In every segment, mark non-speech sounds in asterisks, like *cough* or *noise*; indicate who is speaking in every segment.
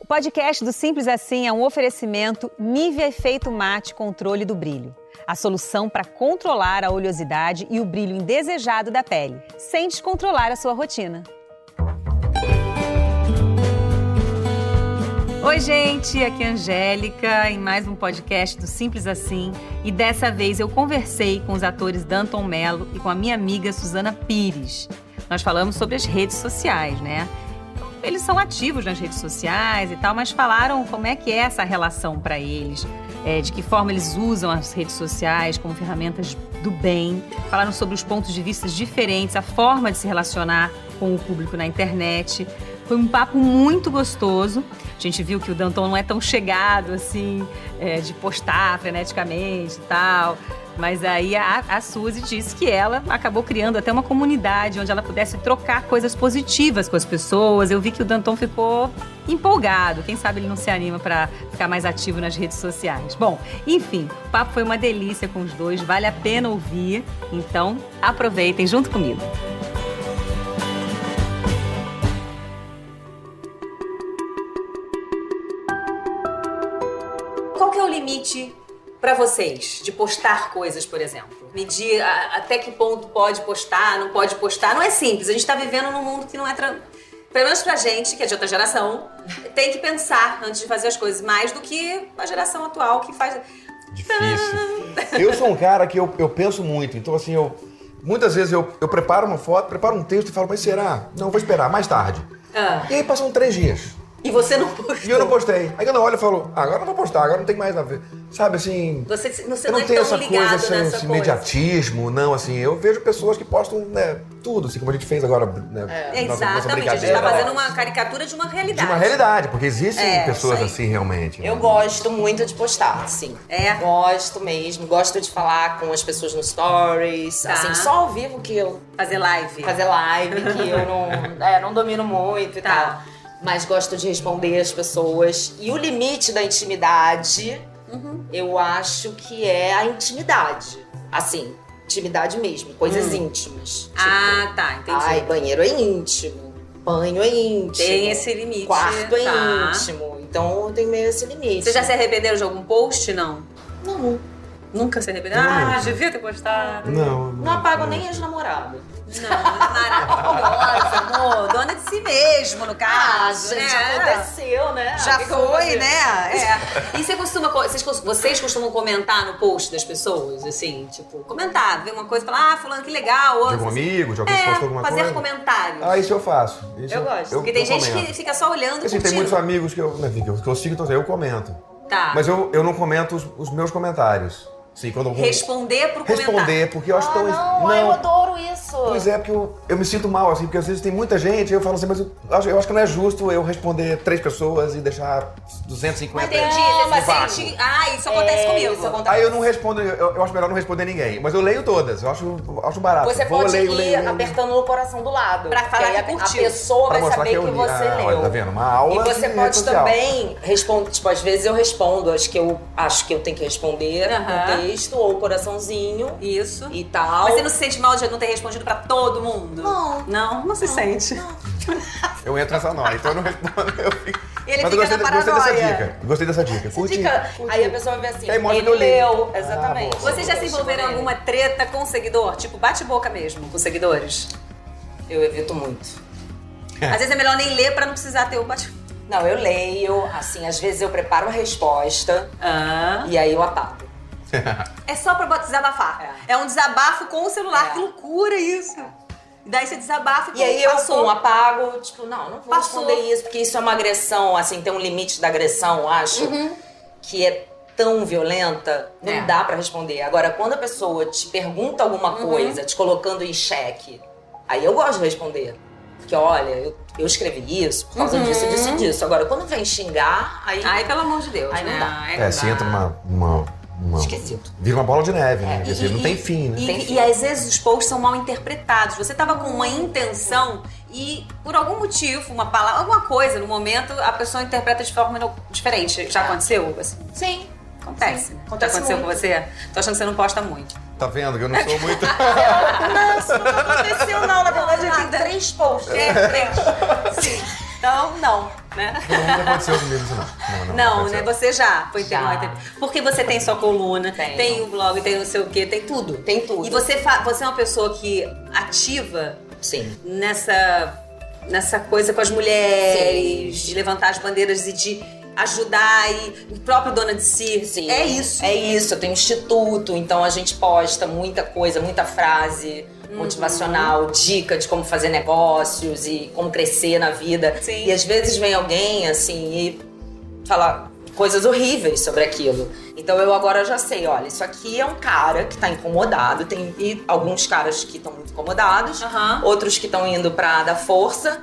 Speaker 1: O podcast do Simples Assim é um oferecimento Nivea Efeito Mate Controle do Brilho. A solução para controlar a oleosidade e o brilho indesejado da pele, sem descontrolar a sua rotina. Oi, gente, aqui é a Angélica em mais um podcast do Simples Assim. E dessa vez eu conversei com os atores Danton Mello e com a minha amiga Suzana Pires. Nós falamos sobre as redes sociais, né? Eles são ativos nas redes sociais e tal, mas falaram como é que é essa relação para eles, é, de que forma eles usam as redes sociais como ferramentas do bem. Falaram sobre os pontos de vista diferentes, a forma de se relacionar com o público na internet. Foi um papo muito gostoso. A gente viu que o Danton não é tão chegado assim, é, de postar freneticamente e tal. Mas aí a, a Suzy disse que ela acabou criando até uma comunidade onde ela pudesse trocar coisas positivas com as pessoas. Eu vi que o Danton ficou empolgado. Quem sabe ele não se anima para ficar mais ativo nas redes sociais. Bom, enfim, o papo foi uma delícia com os dois, vale a pena ouvir. Então, aproveitem junto comigo. Qual que é o limite para vocês de postar coisas, por exemplo? Medir a- até que ponto pode postar, não pode postar. Não é simples. A gente está vivendo num mundo que não é. Tra... Pelo menos pra gente, que é de outra
Speaker 2: *laughs*
Speaker 1: geração, tem que pensar antes de fazer as coisas, mais do que a geração atual que faz.
Speaker 2: Difícil. *laughs* Eu sou um cara que eu, eu penso muito, então assim, eu. Muitas vezes eu, eu preparo uma foto, preparo um texto e falo, mas será? Não, vou esperar, mais tarde.
Speaker 1: Ah,
Speaker 2: E aí passam três dias.
Speaker 1: e você não *laughs* postou.
Speaker 2: E eu não postei. Aí quando eu olho, eu falo, ah, agora eu vou postar, agora não tem mais a ver. Sabe assim.
Speaker 1: Você, você
Speaker 2: eu
Speaker 1: não,
Speaker 2: não
Speaker 1: é
Speaker 2: tenho
Speaker 1: tão
Speaker 2: essa
Speaker 1: ligado
Speaker 2: coisa, assim, esse,
Speaker 1: nessa
Speaker 2: esse
Speaker 1: coisa.
Speaker 2: imediatismo, não, assim. Eu vejo pessoas que postam, né, tudo, assim, como a gente fez agora, né?
Speaker 1: É,
Speaker 2: nossa- nossa
Speaker 1: Exatamente, a gente
Speaker 2: brincadeira.
Speaker 1: tá fazendo uma caricatura de uma realidade.
Speaker 2: De uma realidade, porque existem
Speaker 1: É,
Speaker 2: pessoas
Speaker 1: isso aí.
Speaker 2: assim realmente. né?
Speaker 3: Eu gosto muito de postar, sim.
Speaker 1: É?
Speaker 3: Gosto mesmo. Gosto de falar com as pessoas nos stories.
Speaker 1: Tá.
Speaker 3: Assim, só ao vivo que eu.
Speaker 1: Fazer live.
Speaker 3: Fazer live, que eu
Speaker 1: *laughs*
Speaker 3: não, é, não domino muito e
Speaker 1: Tá.
Speaker 3: tal. Mas gosto de responder as pessoas. E o limite da intimidade,
Speaker 1: Uhum.
Speaker 3: eu acho que é a intimidade. Assim, intimidade mesmo, coisas íntimas. Tipo,
Speaker 1: Hum. Ah, tá, entendi.
Speaker 3: ai, banheiro é íntimo, banho é íntimo.
Speaker 1: Tem esse limite.
Speaker 3: Quarto é
Speaker 1: tá.
Speaker 3: íntimo. Então eu tenho meio esse limite.
Speaker 1: Vocês já se arrependeram de algum post, não?
Speaker 3: Não,
Speaker 1: Nunca se arrependeram?
Speaker 2: Não.
Speaker 1: Ah, devia ter postado.
Speaker 2: Não. é assim.
Speaker 3: não apago nem as namoradas.
Speaker 1: Não, maravilhosa, amor. Dona de si mesmo, no caso. né?
Speaker 3: aconteceu, Tá, né?
Speaker 1: Já
Speaker 3: O que que eu vou
Speaker 1: foi,
Speaker 3: fazer?
Speaker 1: né? É. E você costuma, co- vocês, cos- vocês costumam comentar no post das pessoas, assim, tipo, comentar, ver uma coisa e falar, ah, fulano, que legal.
Speaker 2: De
Speaker 1: outro,
Speaker 2: algum
Speaker 1: assim.
Speaker 2: amigo, de alguém que
Speaker 1: É,
Speaker 2: postou alguma
Speaker 1: fazer
Speaker 2: coisa.
Speaker 1: comentários.
Speaker 2: Ah, isso eu faço. Isso
Speaker 3: Eu gosto.
Speaker 1: Porque tem
Speaker 2: eu
Speaker 1: gente
Speaker 2: comento.
Speaker 1: que fica só olhando,
Speaker 2: Assim,
Speaker 1: curtindo.
Speaker 2: tem muitos amigos que eu, né, que eu, que eu sigo, então, assim, eu comento.
Speaker 1: Tá.
Speaker 3: Ah.
Speaker 2: Mas eu, eu não comento os, os meus comentários. Sim, quando algum...
Speaker 1: Responder pro comentário.
Speaker 2: Responder, porque eu acho
Speaker 3: Ah,
Speaker 2: tão...
Speaker 3: não, ai, eu adoro isso.
Speaker 2: Pois é, porque eu, eu me sinto mal, assim, porque às vezes tem muita gente, eu falo assim, mas eu acho, eu acho que não é justo eu responder três pessoas e deixar 250...
Speaker 1: Mas tem
Speaker 2: aí.
Speaker 1: dias,
Speaker 2: mas
Speaker 1: assim,
Speaker 2: vago.
Speaker 1: gente- Ah, isso acontece
Speaker 3: É,
Speaker 1: comigo.
Speaker 3: isso acontece.
Speaker 2: Aí eu não respondo, eu, eu acho melhor não responder ninguém. Mas eu leio todas, eu acho, eu acho barato.
Speaker 3: Você
Speaker 2: Vou,
Speaker 3: pode
Speaker 2: leio,
Speaker 3: ir
Speaker 2: leio, leio,
Speaker 3: apertando o coração do lado.
Speaker 1: Pra falar
Speaker 3: porque aí
Speaker 1: que
Speaker 3: a-
Speaker 1: curtiu.
Speaker 3: A pessoa
Speaker 2: Pra
Speaker 3: vai
Speaker 2: mostrar
Speaker 3: saber
Speaker 2: que
Speaker 3: que,
Speaker 2: eu li.
Speaker 3: você
Speaker 2: Ah,
Speaker 3: leu.
Speaker 2: olha, tá vendo? Uma aula
Speaker 3: E você
Speaker 2: de
Speaker 3: pode
Speaker 2: rede social.
Speaker 3: também responder, tipo, às vezes eu respondo, acho que eu acho que eu tenho que responder
Speaker 1: Aham.
Speaker 3: um texto ou um coraçãozinho
Speaker 1: Isso.
Speaker 3: e tal.
Speaker 1: Mas você não se sente mal de não ter respondido pra todo mundo?
Speaker 3: Não.
Speaker 1: Não, não se sente.
Speaker 2: Eu entro nessa noia, então eu não respondo. *laughs* Eu fico...
Speaker 1: Ele
Speaker 2: mas eu
Speaker 1: fica
Speaker 2: gostei,
Speaker 1: na
Speaker 2: gostei dessa
Speaker 1: paranoia.
Speaker 2: dica. Gostei dessa dica.
Speaker 3: Essa
Speaker 2: Curti.
Speaker 3: dica,
Speaker 2: curti.
Speaker 3: aí a pessoa vê assim,
Speaker 2: Aí mostra
Speaker 3: ele
Speaker 2: que eu li.
Speaker 3: leu,
Speaker 2: Ah,
Speaker 3: exatamente.
Speaker 2: bom.
Speaker 1: Vocês já se envolveram em alguma treta com seguidor? Tipo, bate-boca mesmo com seguidores?
Speaker 3: Eu evito muito.
Speaker 1: Às vezes é melhor nem ler pra não precisar ter o bate
Speaker 3: Não, eu leio, assim, às vezes eu preparo a resposta
Speaker 1: Ah.
Speaker 3: e aí eu ataco.
Speaker 1: É só pra bot- desabafar. É. um desabafo com o celular.
Speaker 3: É.
Speaker 1: Que loucura isso. E daí você desabafa e
Speaker 3: E aí eu
Speaker 1: passou.
Speaker 3: pum, apago, tipo, não, não vou
Speaker 1: Passou.
Speaker 3: responder isso, porque isso é uma agressão, assim, tem um limite da agressão, eu acho, que é tão violenta, não
Speaker 1: Uhum. É.
Speaker 3: dá pra responder. Agora, quando a pessoa te pergunta alguma
Speaker 1: Uhum.
Speaker 3: coisa, te colocando em xeque, aí eu gosto de responder. Porque, olha, eu, eu escrevi isso por causa disso, disso e disso. Agora, quando vem xingar, aí.
Speaker 1: Uhum. Ai, pelo amor de Deus,
Speaker 3: Ai, não
Speaker 1: né?
Speaker 3: dá.
Speaker 1: Ai, não
Speaker 2: *laughs* É, se
Speaker 1: dá.
Speaker 2: entra uma. uma, uma
Speaker 3: Esquisito.
Speaker 2: Vira uma bola de neve, né?
Speaker 3: É,
Speaker 2: Quer dizer, não tem fim, né?
Speaker 1: E,
Speaker 3: Tem fim.
Speaker 1: e às vezes os posts são mal interpretados. Você tava com uma intenção e, por algum motivo, uma palavra, alguma coisa no momento, a pessoa interpreta de forma no- diferente. Já aconteceu? Assim,
Speaker 3: Tá. Sim.
Speaker 1: acontece. né? Já
Speaker 3: acontece
Speaker 1: aconteceu
Speaker 3: muito.
Speaker 1: com você? Tô achando que você não posta muito.
Speaker 2: Tá vendo que eu não sou muito. *laughs*
Speaker 3: Não aconteceu, não. Na verdade,
Speaker 1: Nada.
Speaker 3: tem três posts.
Speaker 1: É, tem. Então, não. né?
Speaker 2: Não, não aconteceu comigo isso, não. Não,
Speaker 1: Não,
Speaker 2: não,
Speaker 1: né?
Speaker 2: aconteceu.
Speaker 1: Você já foi
Speaker 3: Já.
Speaker 1: internet. Porque você tem sua coluna,
Speaker 3: Tenho.
Speaker 1: tem o blog, tem não sei o quê, tem tudo.
Speaker 3: Tem tudo.
Speaker 1: E você, fa- você é uma pessoa que ativa
Speaker 3: Sim.
Speaker 1: nessa, nessa coisa com as mulheres,
Speaker 3: Sim.
Speaker 1: de levantar as bandeiras e de ajudar e o próprio dona de si.
Speaker 3: Sim.
Speaker 1: É isso.
Speaker 3: É isso. Eu tenho um instituto, então a gente posta muita coisa, muita frase
Speaker 1: Uhum.
Speaker 3: motivacional, dica de como fazer negócios e como crescer na vida.
Speaker 1: Sim.
Speaker 3: E às vezes vem alguém, assim, e fala coisas horríveis sobre aquilo. Então eu agora já sei, olha, isso aqui é um cara que tá incomodado, tem e alguns caras que estão muito incomodados.
Speaker 1: Aham.
Speaker 3: outros que estão indo pra dar força.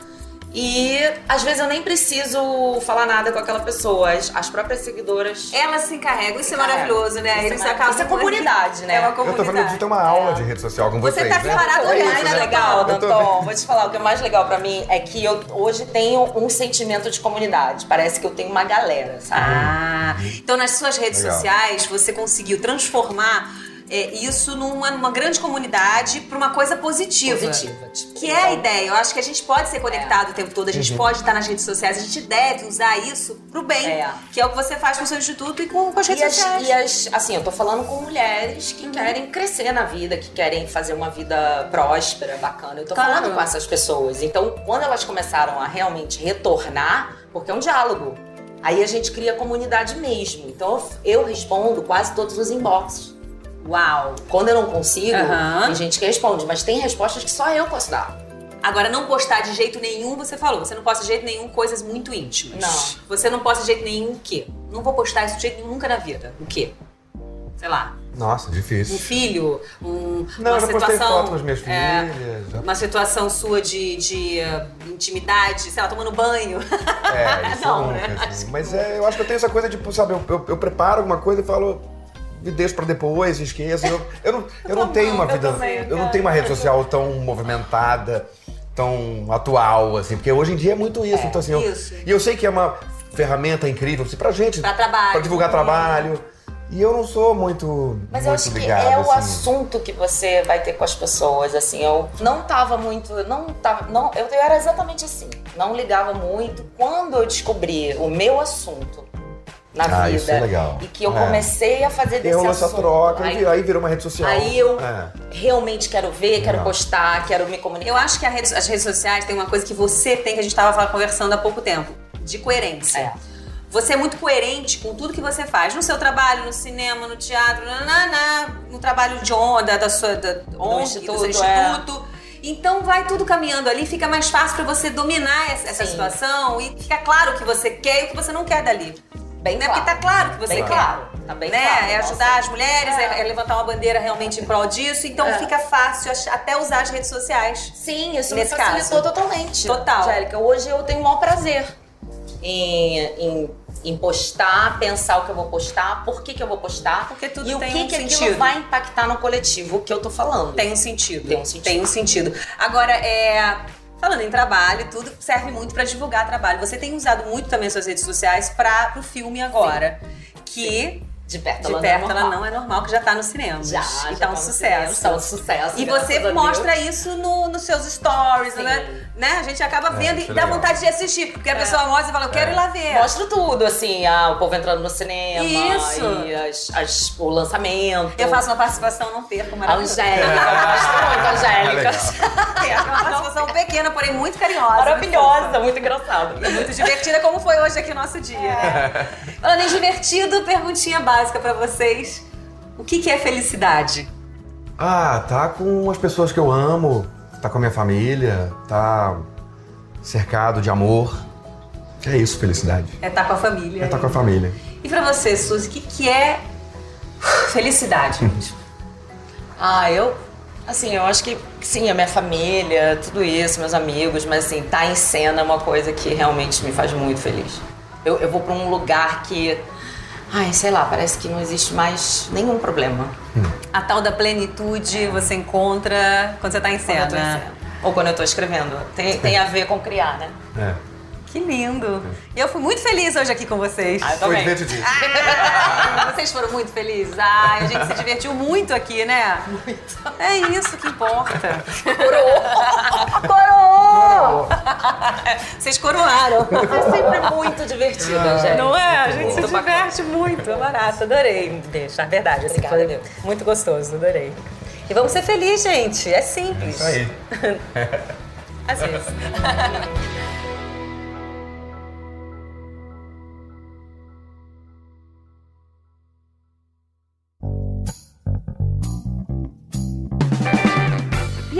Speaker 3: E às vezes eu nem preciso falar nada com aquela pessoa. As, as próprias seguidoras.
Speaker 1: Elas se encarregam, isso é
Speaker 3: Encarregam.
Speaker 1: maravilhoso, né?
Speaker 3: Isso é
Speaker 1: Eles
Speaker 3: mara-
Speaker 1: acabam
Speaker 3: isso é comunidade, né?
Speaker 1: É uma
Speaker 2: Eu tô
Speaker 1: comunidade.
Speaker 2: falando de ter uma aula de rede social com
Speaker 1: Você
Speaker 2: vocês,
Speaker 1: tá
Speaker 2: né?
Speaker 1: preparado,
Speaker 2: É
Speaker 1: né?
Speaker 2: isso,
Speaker 3: mais
Speaker 1: né?
Speaker 3: legal,
Speaker 2: Eu tô
Speaker 3: Danton. Vou te falar, o que é mais legal pra mim é que eu hoje tenho um sentimento de comunidade. Parece que eu tenho uma galera, sabe?
Speaker 1: Ah, então nas suas redes
Speaker 2: Legal.
Speaker 1: sociais você conseguiu transformar é, isso numa, numa grande comunidade para uma coisa positiva.
Speaker 3: Positiva. tipo.
Speaker 1: Ah, Que é a
Speaker 3: Então, é.
Speaker 1: ideia. Eu acho que a gente pode ser conectado o tempo todo, a gente pode estar nas redes sociais, a gente deve usar isso pro bem,
Speaker 3: É.
Speaker 1: que é o que você faz com o seu instituto e com, com as
Speaker 3: E
Speaker 1: redes
Speaker 3: as,
Speaker 1: sociais.
Speaker 3: e as- assim, eu tô falando com mulheres que querem crescer na vida, que querem fazer uma vida próspera, bacana. Eu tô
Speaker 1: Claro.
Speaker 3: falando com essas pessoas. Então, quando elas começaram a realmente retornar, porque é um diálogo. Aí a gente cria comunidade mesmo. Então, eu respondo quase todos os inboxes.
Speaker 1: Uau!
Speaker 3: Quando eu não consigo,
Speaker 1: Aham.
Speaker 3: tem gente que responde, mas tem respostas que só eu posso dar.
Speaker 1: Agora, não postar de jeito nenhum, você falou. Você não posta de jeito nenhum coisas muito íntimas.
Speaker 3: Não.
Speaker 1: Você não posta de jeito nenhum o quê? Não vou postar isso de jeito nenhum nunca na vida. O quê? Sei lá,
Speaker 2: Nossa,
Speaker 1: um
Speaker 2: difícil.
Speaker 1: filho, um,
Speaker 2: Não,
Speaker 1: uma
Speaker 2: eu já postei
Speaker 1: situação.
Speaker 2: foto com as minhas
Speaker 1: é,
Speaker 2: filhas. já-
Speaker 1: uma situação sua de, de, eh, intimidade, sei lá, tomando banho.
Speaker 3: *laughs*
Speaker 2: É, isso
Speaker 1: Não,
Speaker 2: nunca,
Speaker 1: né?
Speaker 2: assim.
Speaker 1: Acho que
Speaker 2: Mas
Speaker 1: não.
Speaker 2: é, eu acho que eu tenho essa coisa de, pô, sabe, eu, eu, eu preparo alguma coisa e falo, me deixo pra depois, esqueço. Eu,
Speaker 3: *laughs*
Speaker 2: eu não, eu não
Speaker 1: tô
Speaker 2: tenho uma
Speaker 1: amando, eu
Speaker 2: vida.
Speaker 1: tô meio,
Speaker 2: Eu não
Speaker 1: cara.
Speaker 2: tenho uma rede social tão movimentada, tão atual, assim, porque hoje em dia é muito isso. então, assim, eu-
Speaker 1: *laughs* isso.
Speaker 2: e eu sei que é uma ferramenta incrível assim, pra gente,
Speaker 1: Pra trabalho.
Speaker 2: pra divulgar trabalho. E eu não sou muito.
Speaker 3: Mas
Speaker 2: muito
Speaker 3: eu acho
Speaker 2: ligado,
Speaker 3: que é o
Speaker 2: assim.
Speaker 3: assunto que você vai ter com as pessoas, assim, eu não tava muito, não tava, não, eu, eu era exatamente assim, não ligava muito quando eu descobri o meu assunto na
Speaker 2: Ah,
Speaker 3: vida
Speaker 2: isso é legal.
Speaker 3: e que eu
Speaker 2: É.
Speaker 3: comecei a fazer
Speaker 2: E
Speaker 3: desse
Speaker 2: rolou essa
Speaker 3: assunto.
Speaker 2: troca, aí,
Speaker 3: aí,
Speaker 2: virou- aí virou uma rede social.
Speaker 3: aí eu-
Speaker 2: É.
Speaker 3: realmente quero ver, quero
Speaker 2: Legal.
Speaker 3: postar, quero me comunicar.
Speaker 1: Eu acho que a rede- as redes sociais tem uma coisa que você tem, que a gente estava conversando há pouco tempo, de coerência.
Speaker 3: É.
Speaker 1: Você é muito coerente com tudo que você faz, no seu trabalho, no cinema, no teatro, nananá, no trabalho de onda, da sua da ONG, do seu
Speaker 3: instituto, é.
Speaker 1: instituto. Então vai tudo caminhando ali, fica mais fácil pra você dominar essa, essa
Speaker 3: Sim.
Speaker 1: situação e fica claro o que você quer e o que você não quer dali.
Speaker 3: Bem
Speaker 1: né?
Speaker 3: claro.
Speaker 1: Porque tá claro que você
Speaker 3: Bem
Speaker 1: quer.
Speaker 3: claro, tá bem
Speaker 1: né?
Speaker 3: claro.
Speaker 1: É
Speaker 3: nossa.
Speaker 1: ajudar as mulheres, é.
Speaker 3: É.
Speaker 1: é levantar uma bandeira realmente em prol disso. Então
Speaker 3: É.
Speaker 1: fica fácil ach- até usar as redes sociais.
Speaker 3: Sim, isso
Speaker 1: Nesse
Speaker 3: me
Speaker 1: caso.
Speaker 3: facilitou totalmente.
Speaker 1: Total.
Speaker 3: Angélica, hoje eu tenho o maior prazer em, em, em postar, pensar o que eu vou postar, por que, que eu vou postar.
Speaker 1: Porque tudo
Speaker 3: e o
Speaker 1: tem
Speaker 3: que,
Speaker 1: um
Speaker 3: que aquilo
Speaker 1: sentido.
Speaker 3: vai impactar no coletivo, o que eu tô falando.
Speaker 1: Tem um sentido.
Speaker 3: Tem um sentido.
Speaker 1: Tem um sentido. Agora, é, falando em trabalho, e tudo serve muito pra divulgar trabalho. Você tem usado muito também suas redes sociais para o filme agora, que
Speaker 3: De perto,
Speaker 1: de
Speaker 3: ela
Speaker 1: perto
Speaker 3: não é
Speaker 1: ela
Speaker 3: normal.
Speaker 1: não é normal, que já tá no cinema.
Speaker 3: Já,
Speaker 1: e
Speaker 3: já
Speaker 1: tá um
Speaker 3: no
Speaker 1: sucesso.
Speaker 3: cinema, Tá um sucesso.
Speaker 1: E
Speaker 3: graças
Speaker 1: você
Speaker 3: a Deus.
Speaker 1: mostra isso no- nos seus stories,
Speaker 3: Sim.
Speaker 1: né? Né? A gente acaba vendo
Speaker 2: isso
Speaker 1: e
Speaker 2: é
Speaker 1: dá
Speaker 2: legal.
Speaker 1: vontade de assistir, porque a pessoa mostra e fala, eu quero
Speaker 2: É.
Speaker 1: ir lá ver.
Speaker 3: Mostra tudo, assim, ah, o povo entrando no cinema.
Speaker 1: Isso.
Speaker 3: E as, as- o lançamento.
Speaker 1: Eu faço uma participação, não perco, maravilhoso.
Speaker 3: Angélica, *laughs* eu gosto muito,
Speaker 2: É
Speaker 3: Angélica.
Speaker 2: legal.
Speaker 1: Perco, é uma
Speaker 3: *laughs*
Speaker 1: participação pequena, porém muito carinhosa.
Speaker 3: Maravilhosa, muito engraçado.
Speaker 1: *laughs* Muito divertida, como foi hoje aqui o nosso dia, né?
Speaker 2: É.
Speaker 1: Falando em divertido, perguntinha básica pra vocês. O que, que é felicidade?
Speaker 2: Ah, tá com as pessoas que eu amo, tá com a minha família, tá cercado de amor. É isso, felicidade.
Speaker 1: É estar com a família.
Speaker 2: É tá com a família.
Speaker 1: E pra você, Suzy, o que, que é felicidade? mesmo?
Speaker 3: Ah, eu. Assim, eu acho que sim, a minha família, tudo isso, meus amigos, mas assim, tá em cena é uma coisa que realmente me faz muito feliz. Eu, eu vou pra um lugar que. Ai, sei lá, parece que não existe mais nenhum problema.
Speaker 1: a tal da plenitude você encontra quando você tá em
Speaker 3: Quando eu tô
Speaker 1: cena.
Speaker 3: em cena. Ou quando eu tô escrevendo. Tem, tem a ver com criar, né? *laughs*
Speaker 2: É.
Speaker 1: Que lindo! E eu fui muito feliz hoje aqui com vocês.
Speaker 3: Ah, é? eu tô
Speaker 2: Foi
Speaker 3: bem.
Speaker 2: divertidíssimo.
Speaker 1: Ah, *laughs* Vocês foram muito felizes. Ai, a gente se divertiu muito aqui, né? Muito. É isso que importa. *laughs* Coroou! Coroou!
Speaker 2: favor.
Speaker 1: *laughs* Vocês coroaram.
Speaker 3: É sempre muito divertido, Angélica.
Speaker 1: Não é? A gente se
Speaker 3: Muito bacana.
Speaker 1: diverte muito. É barato, adorei. Deixa, verdade. Assim,
Speaker 3: Obrigada,
Speaker 1: foi
Speaker 3: meu.
Speaker 1: muito gostoso, adorei. E vamos ser felizes, gente. É simples.
Speaker 2: Isso Tá aí.
Speaker 1: Às vezes. E